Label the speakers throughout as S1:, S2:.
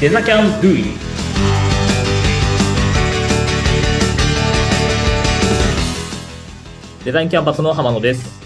S1: デザキャンドゥイデザインキャンパスの浜野です。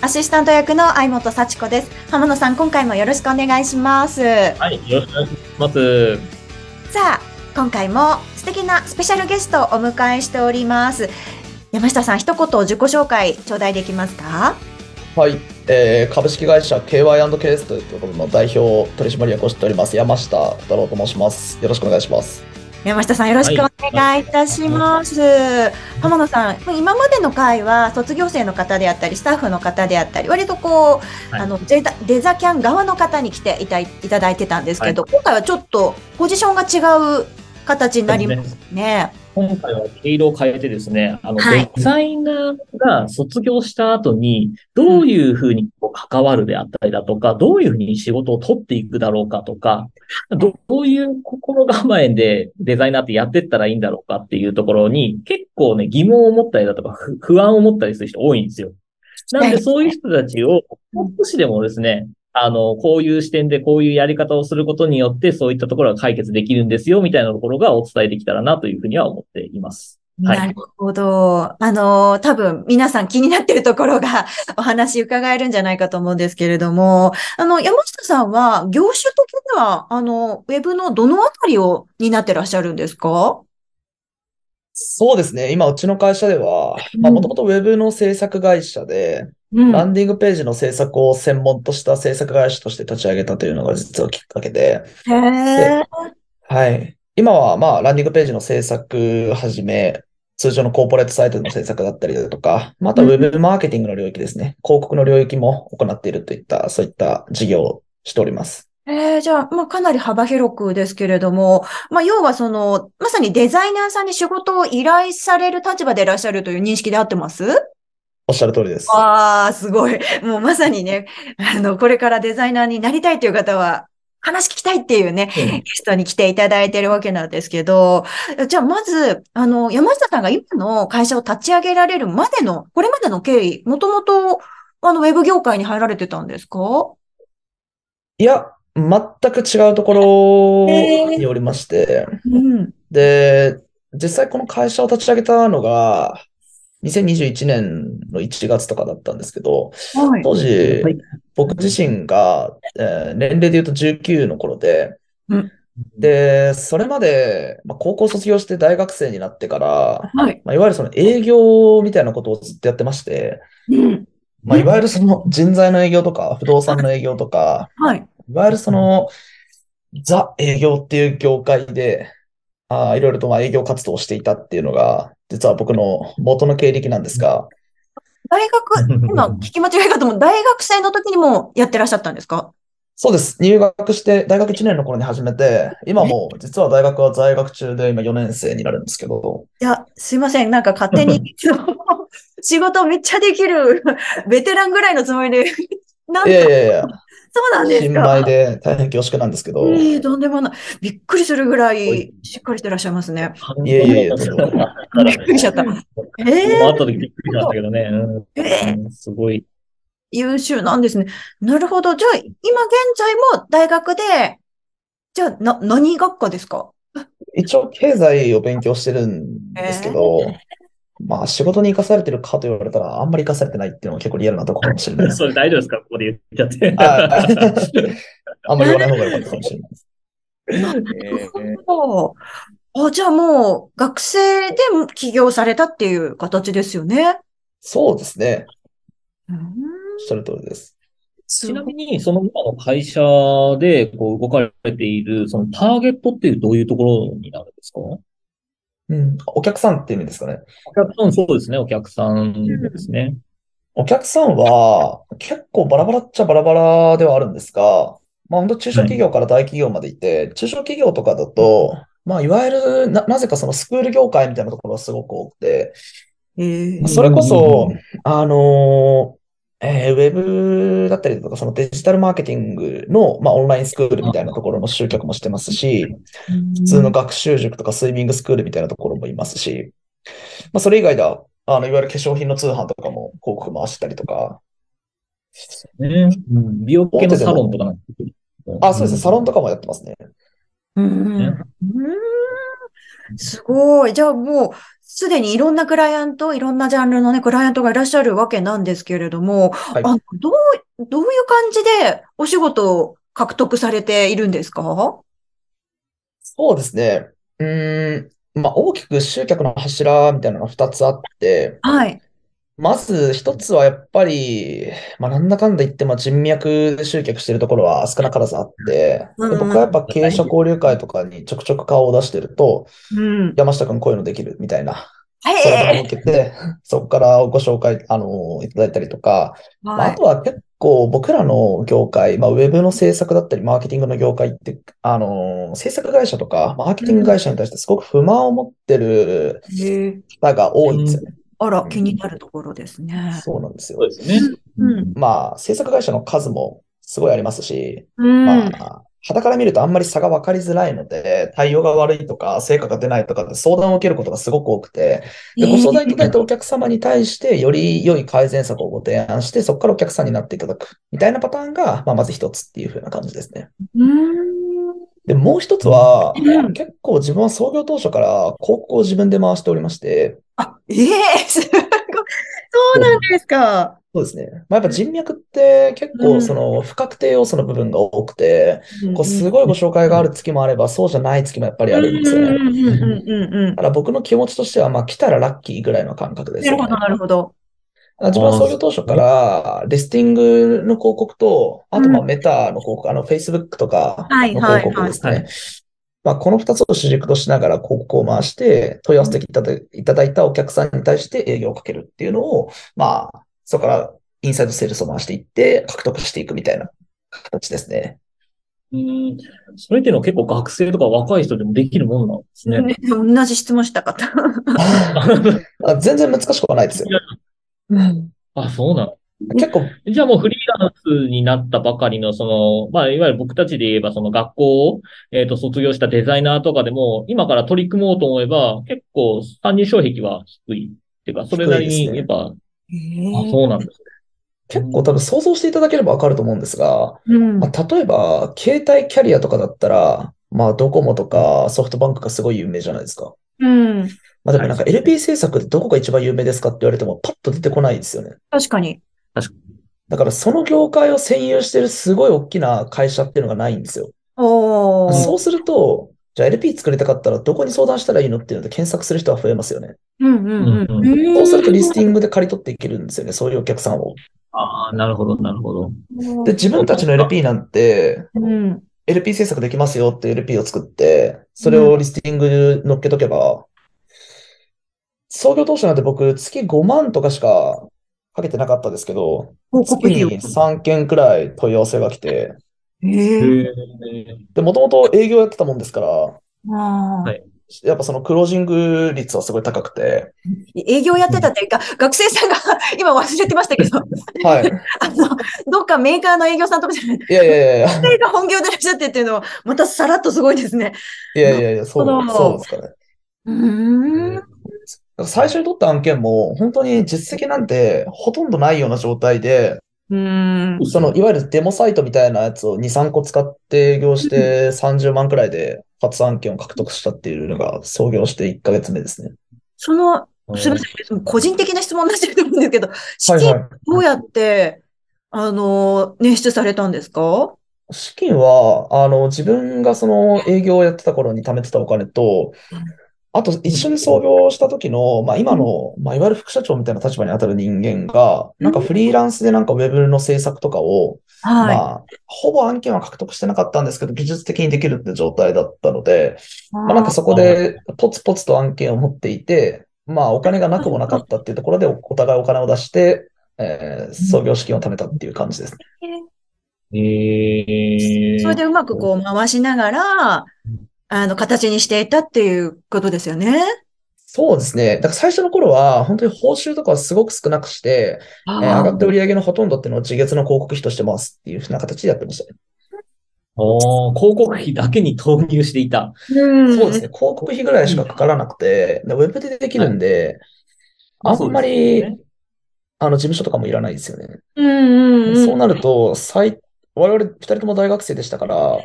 S2: アシスタント役の相本幸子です。浜野さん、今回もよろしくお願いします。
S1: はい、よろしくお願いします。
S2: さあ、今回も素敵なスペシャルゲストをお迎えしております。山下さん、一言自己紹介頂戴できますか
S3: はい、えー株式会社 KY&KS というところの代表取締役をしております山下太郎と申します。よろしくお願いします。
S2: 山下さん、よろしくお願いいたします。浜野さん、今までの回は卒業生の方であったり、スタッフの方であったり、割とこう、
S1: はい
S2: あのデザデザキャン側の方に来ていたいただいてたんですけど、今回はちょっとポジションが違う形になりますね。
S1: 今回は毛色を変えてですね、あの、
S2: はい
S1: デザイナーが卒業した後に、どういうふうにこう関わるであったりだとか、どういうふうに仕事を取っていくだろうかとか、どどういう心構えでデザイナーってやってったらいいんだろうかっていうところに、結構ね、疑問を持ったりだとか、ふ不安を持ったりする人多いんですよ。なんで、そういう人たちを、少しでもですね、あの、こういう視点でこういうやり方をすることによって、そういったところが解決できるんですよ、みたいなところがお伝えできたらなというふうには思っています。はい
S2: なるほど。あのー、多分皆さん気になってるところが お話伺えるんじゃないかと思うんですけれども、あの、山下さんは業種的には、あの、ウェブのどのあたりを担ってらっしゃるんですか
S3: そうですね、今、うちの会社では、
S2: う
S3: まあ、
S2: ん
S3: もともとウェブの制作会社で、
S2: うん
S3: ランディングページの制作を専門とした制作会社として立ち上げたというのが実はきっかけで、
S2: へえ。
S3: はい。今は、まあ、ランディングページの制作はじめ、通常のコーポレートサイトの制作だったりだとか、またウェブマーケティングの領域ですね。広告の領域も行っているといった、そういった事業をしております。
S2: えー、じゃあ、まあ、かなり幅広くですけれども、まあ、要はその、まさにデザイナーさんに仕事を依頼される立場でいらっしゃるという認識で合ってます
S3: おっしゃる通りです。
S2: ああ、すごい。もうまさにね、あの、これからデザイナーになりたいという方は、話聞きたいっていうね、ゲストに来ていただいてるわけなんですけど、じゃあまず、あの、山下さんが今の会社を立ち上げられるまでの、これまでの経緯、もともと、あの、ウェブ業界に入られてたんですか
S3: いや、全く違うところにおりまして、
S2: うん。
S3: で、実際この会社を立ち上げたのが、2021年の1月とかだったんですけど、
S2: はい。
S3: 当時
S1: はい、
S3: 僕自身が、えー年齢で言うと19の頃で
S2: うん、
S3: で、それまで、まあ、高校卒業して大学生になってから、
S2: はい。
S3: まあ、いわゆるその営業みたいなことをずっとやってまして、
S2: うん。
S3: まあ、いわゆるその人材の営業とか、不動産の営業とか、
S2: はい。
S3: いわゆるその、ザ営業っていう業界で、あーいろいろとまあ営業活動をしていたっていうのが、実は僕の元の経歴なんですが、
S2: 大学、今、聞き間違いかと思う。大学生の時にもやってらっしゃったんですか
S3: そうです。入学して、大学1年の頃に始めて、今もう実は大学は在学中で、今4年生になるんですけど、
S2: いや、すいません。なんか勝手 に、その仕事めっちゃできる、ベテランぐらいのつもりで、なんか、
S3: いやいやいや、
S2: そうなんです
S3: 新
S2: か
S3: 米。で大変恐縮なんですけど、
S2: ええ、とんでもない。びっくりするぐらい、しっかりしてらっしゃいますね。
S3: いやいやいや
S1: そ
S3: そうう
S1: だから
S2: びっくりしち ゃった。え
S1: 会
S2: え
S1: った時びっくりしましたけどね。うん
S2: え
S1: うんすごい。
S2: 優秀なんですね。なるほど。じゃあ、今現在も大学で、じゃあ、な、何学科ですか
S3: 一応経済を勉強してるんですけど、まあ仕事に生かされてるかと言われたら、あんまり生かされてないっていうのは結構リアルなところかもしれないです。
S1: それ大丈夫ですかここで言っちゃって。
S3: ああんまり言わない方が良かったかもしれないです。
S1: えー
S2: そうあ、じゃあもう、学生で起業されたっていう形ですよね。
S3: そうですね。
S2: うん
S3: おっしゃる通りです。
S1: ちなみに、その今の会社でこう動かれている、そのターゲットっていうどういうところになるんですか
S3: うん。お客さんっていうんですかね。
S1: お客さん、そうですね。お客さんですね。
S3: お客さんは結構バラバラっちゃバラバラではあるんですが、まあ本当中小企業から大企業までいて、中小企業とかだと、まあいわゆるな、なぜかそのスクール業界みたいなところがすごく多くて、
S2: ええ
S3: まあそれこそ、あのーえーウェブだったりとか、そのデジタルマーケティングの、まあ、オンラインスクールみたいなところの集客もしてますし、普通の学習塾とかスイミングスクールみたいなところもいますし、まあ、それ以外では、あの、いわゆる化粧品の通販とかも広告回したりとか、
S1: ね、うん美容系のサロンとかなんか
S3: あ、そうですね、サロンと
S1: か。
S3: かもやってますね。
S2: うん
S1: ね
S2: うんすごい。じゃあもう、すでにいろんなクライアント、いろんなジャンルのね、クライアントがいらっしゃるわけなんですけれども、
S3: はい
S2: あの、どう、どういう感じでお仕事を獲得されているんですか
S3: そうですね。うーん、まあ、大きく集客の柱みたいなのが2つあって、
S2: はい。
S3: まず1つはやっぱり、まあ、なんだかんだ言っても人脈で集客してるところは少なからずあって、
S2: うん
S3: で僕はやっぱ経営者交流会とかにちょくちょく顔を出してると、
S2: うん。
S3: 山下君こういうのできるみたいな、
S2: へ
S3: それを
S2: え。
S3: 受けて、そこからご紹介、あの、いただいたりとか、まあ
S2: は
S3: あ
S2: い
S3: と。は結構僕らの業界、まあ、ウェブの制作だったり、マーケティングの業界って、あのー制作会社とか、マーケティング会社に対してすごく不満を持ってる
S2: へえ
S3: 方が多いんですよね。
S2: あら、気になるところですね。
S3: そうなんですよ
S1: そ。うですね。
S2: うん。
S3: まあ、制作会社の数もすごいありますし、
S2: うん。
S3: まあ、傍から見るとあんまり差が分かりづらいので、対応が悪いとか、成果が出ないとかって相談を受けることがすごく多くて、で、ご相談いただいたお客様に対して、より良い改善策をご提案して、そこからお客さんになっていただく、みたいなパターンが、まあ、まず一つっていう風な感じですね。
S2: うん。
S3: で、もう一つは
S2: うん、
S3: 結構自分は創業当初から広告を自分で回しておりまして、
S2: あ、ええ すごい。そうなんですか。
S3: そうですね。まあ、やっぱ人脈って結構その不確定要素の部分が多くて、こうすごいご紹介がある月もあれば、そうじゃない月もやっぱりあるんですよ
S2: う
S3: ね。
S2: んうんうんうんうんうん
S3: だから僕の気持ちとしては、まあ来たらラッキーぐらいの感覚です
S2: な
S3: よ
S2: るほ
S3: ね
S2: ど、なるほど。
S3: 自分は創業当初から、リスティングの広告と、あとまあメタの広告、あの Facebook とか
S2: はい
S3: の
S2: はい
S3: 広告です
S1: は
S3: ね
S1: い。
S3: まあこの2つを主軸としながら広告を回して、問い合わせていただいただいたお客さんに対して営業をかけるっていうのを、まあ、そこからインサイドセールスを回していって、獲得していくみたいな形で すね。
S1: うんそれっていうのは結構学生とか若い人でもできるもんなんですね。
S2: ね同じ質問した かった。
S3: あ全然難しくはないですよ。
S1: あ、そうなの。
S3: 結構、
S1: じゃあもうフリーランスになったばかりの、その、まあ、いわゆる僕たちで言えば、その学校を、えっと、卒業したデザイナーとかでも、今から取り組もうと思えば、結構、参入障壁は低い。っていうか、それなりに、
S3: 低い
S1: や
S3: で
S1: っぱ、あ、
S2: ええ
S1: そうなんですね。
S3: 結構多分想像していただければわかると思うんですが、
S2: うん
S3: まあ、例えば、携帯キャリアとかだったら、まあ、ドコモとかソフトバンクがすごい有名じゃないですか。
S2: うん。
S3: まあ、でもなんか
S1: はい
S3: LP 政策でどこが一番有名ですかって言われてもパッと出てこないですよね。
S2: 確かに。
S3: だからその業界を占有してるすごい大きな会社っていうのがないんですよ。
S2: おー。
S3: そうすると、じゃあ LP 作りたかったらどこに相談したらいいのっていうので検索する人は増えますよね。
S2: うんうんうん。うん
S3: そうするとリスティングで刈り取っていけるんですよね、そういうお客さんを。
S1: ああ、なるほど、なるほど。
S3: で、自分たちの LP なんて、
S2: うん。
S3: LP 制作できますよって LP を作って、それをリスティングに乗っけとけば、創業当初なんて僕、月5万とかしかかけてなかったですけど、
S2: 広
S3: 月
S2: 告料。
S3: に3件くらい問い合わせが来て、
S1: へ
S2: ええ。
S1: え。
S3: で、もともと営業やってたもんですから、
S2: あー
S1: はい
S3: やっぱそのクロージング率はすごい高くて、
S2: 営業やってたっていうか、学生さんが 今忘れてましたけど、
S3: はい。
S2: あの、どっかメーカーの営業さんとかじゃない、
S3: いやいやいや、い
S2: メーカー本業でいらっしゃってっていうのは、またさらっとすごいですね。
S3: やいやいや、そう、
S2: なるほど
S3: そうですかね。
S2: うーん。
S3: だから最初に取った案件も、本当に実績なんてほとんどないような状態で、
S2: うん。
S3: その、いわゆるデモサイトみたいなやつを2、3個使って営業して30万くらいで初案件を獲得したっていうのが創業して1ヶ月目ですね。
S2: その、すみま
S1: ん。
S2: せん、個人的な質問になっちゃうと思うんですけど、資
S3: はい
S2: 金
S3: はい。
S2: どうやって、あの、捻出されたんですか
S3: 資金は、あの、自分がその営業をやってた頃に貯めてたお金と、あと一緒に創業した時の、まあ今の、まあいわゆる副社長みたいな立場に当たる人間が、なんかフリーランスでなんかウェブの制作とかを、ま
S2: は
S3: あ、ほぼ案件は獲得してなかったんですけど、技術的にできるって状態だったので、
S2: い。
S3: まあ、なんかそこでポツポツと案件を持っていて、まあお金がなくもなかったっていうところでおお互いお金を出して、えー創業資金を貯めたっていう感じですね。
S1: へえ。
S2: それでうまくこう回しながら、あの、形にしていたっていうことですよね。
S3: そうですね。だから最初の頃は本当に報酬とかはすごく少なくして、えー
S2: あ
S3: 上
S2: ー
S3: がった売り上げのほとんどっていうのを自月の広告費として回すっていうふうな形でやってましたね。
S1: おー広告費だけに投入していた。
S2: うん
S3: そうですね。広告費ぐらいしかかからなくて、でウェブでできるんで、あんまり、あの事務所とかもいらないですよね。
S2: うんうんうん。
S3: そうなると、最、我々二人とも大学生でしたから、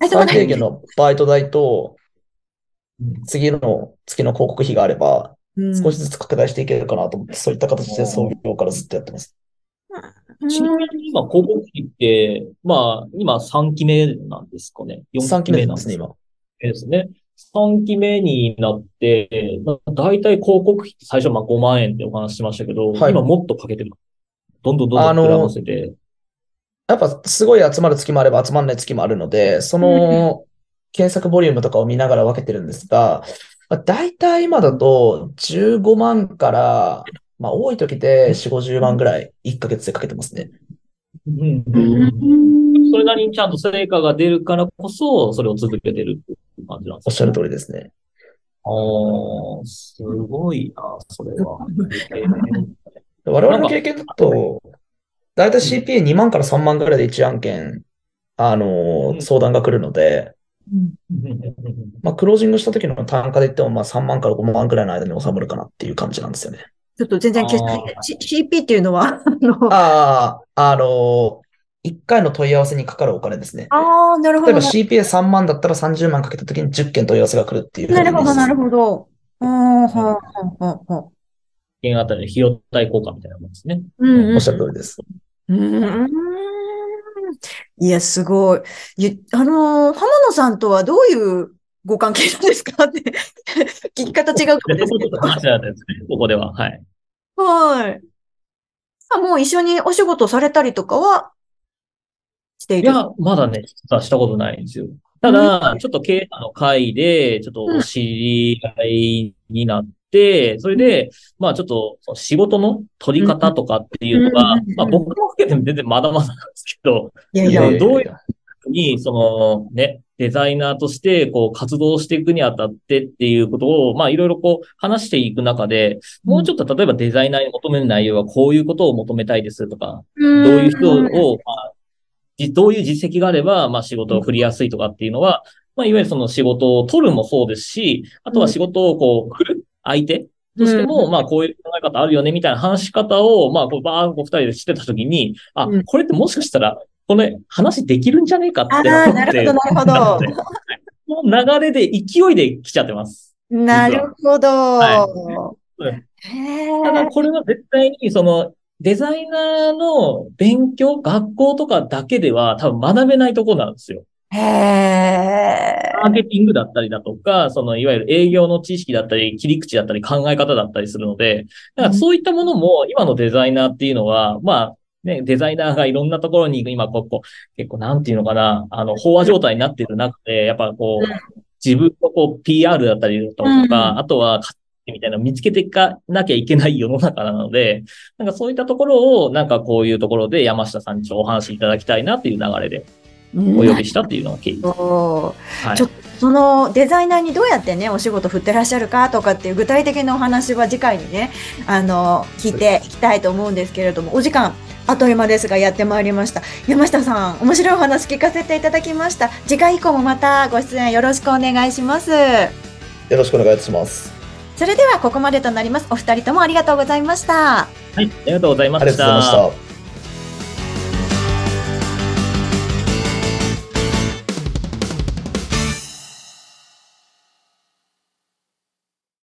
S2: 二人とも
S3: 最
S2: ない
S3: 低限のバイト代と、次の月の広告費があれば、
S2: うん
S3: 少しずつ拡大していけるかなと思って、そういった形で創業からずっとやってます。
S1: ちなみに今、広告費って、まあ、今3期目なんですかね。
S3: 3
S1: 4
S3: 期
S1: 期
S3: 目
S1: 目
S3: で
S1: なん
S3: すね、今。
S1: ですね。3期目になって、まあ大体広告費って最初まあ5万円でお話ししましたけど、
S3: はい
S1: 今もっとかけてる。どんどんどんどん膨らませて。
S3: やっぱすごい集まる月もあれば集まらない月もあるので、その検索ボリュームとかを見ながら分けてるんですが、まあ、大体今だと15万から、まあ多い時で4、50万ぐらい1ヶ月でかけてますね。
S1: うん
S2: うん
S1: それなりにちゃんと成果が出るからこそ、それを続けてるっていう感じなんです
S3: おっしゃる通
S1: り。
S3: りですね。
S1: あーすごいな、それ は。えー
S3: 我々の経験だと、だいたい CPA2 万から3万ぐらいで1案件、あの
S1: う
S3: ー、
S1: ん
S3: 相談が来るので、まあ、クロージングした時の単価で言っても、まあ、3万から5万ぐらいの間に収まるかなっていう感じなんですよね。
S2: ちょっと全然決して
S1: あー
S2: C- CP っていうのは、あの、
S3: ああ、あのー、1回の問い合わせにかかるお金ですね。
S2: ああ、なるほ
S3: 例えば
S2: ど。
S3: CPA3 万だったら30万かけた時に10件問い合わせが来るっていう
S2: なるほど、なる
S3: ほ
S2: ほど。うん、はあ、はあ、はあ、はあ。
S1: 一件あたりの費用対効果みたいなもんですね。
S2: うんうん
S3: おっしゃる通りです。
S2: うーん。いや、すごい。ゆあのー、浜野さんとはどういうご関係なんですかって 聞き方違うかもですけ ど。
S1: こちらですねここでは。はい。
S2: はい。あ、もう一緒にお仕事されたりとかはしてい
S1: い
S2: る。
S1: や、まだね、実はしたことないんですよ。ただ、ちょっと経営者の会で、ちょっとお知り合いになって、それで、まあちょっとその仕事の取り方とかっていうのが
S2: うんうんうん、
S1: まあ僕も含めて全然まだまだなんですけど、
S2: いや
S1: い
S2: いや、
S1: やどういうに、そのね、デザイナーとしてこう活動していくにあたってっていうことを、まあいろいろこう話していく中で、もうちょっと例えばデザイナーに求める内容はこういうことを求めたいですとか、
S2: どう
S1: どういう人を、まあ、じどういう実績があれば、まあ、仕事を振りやすいとかっていうのは、まあ、いわゆるその仕事を取るもそうですし、あとは仕事をこう、振る相手としても、まあ、こういう考え方あるよね、みたいな話し方を、まあ、こう、ばーっと二人でしてたときに、あ
S2: うん、
S1: これってもしかしたら、この話できるんじゃねえかって
S2: ああ、
S1: な
S2: な
S1: っ
S2: る
S1: て、
S2: ほど、なる ほど。
S1: なってもう流れで、勢いで来ちゃってます。
S2: なるほど。
S1: い
S2: へ
S1: ただ
S2: ー
S1: これは絶対に、その、デザイナーの勉強、学校とかだけでは多分学べないところなんですよ。
S2: へ
S1: マーケティングだったりだとか、そのいわゆる営業の知識だったり、切り口だったり、考え方だったりするので、だからそういったものも今のデザイナーっていうのは、まあ、ね、デザイナーがいろんなところに今こう、こう結構なんていうのかな、あの、飽和状態になってる中で、やっぱこ
S2: う
S1: う、自分のこう PR だったりだとか、
S2: うん
S1: あとは価値みたいなのを見つけていかなきゃいけない世の中なので、なんかそういったところを、なんかこういうところで山下さんにちょっとお話しいただきたいなっていう流れで
S2: ー
S1: お呼びしたっていうのが経緯です。
S2: そう
S1: はい
S2: ちょっそのデザイナーにどうやってねお仕事振ってらっしゃるかとかっていう具体的なお話は次回にねあの聞いていきたいと思うんですけれどもお時間あっという間ですがやってまいりました山下さん面白いお話聞かせていただきました次回以降もまたご出演よろしくお願いします
S3: よろしくお願いします。
S2: それではここまでとなりますお二人ともありがとうございました
S1: はい、ありがとうございま
S3: ありがとうございました。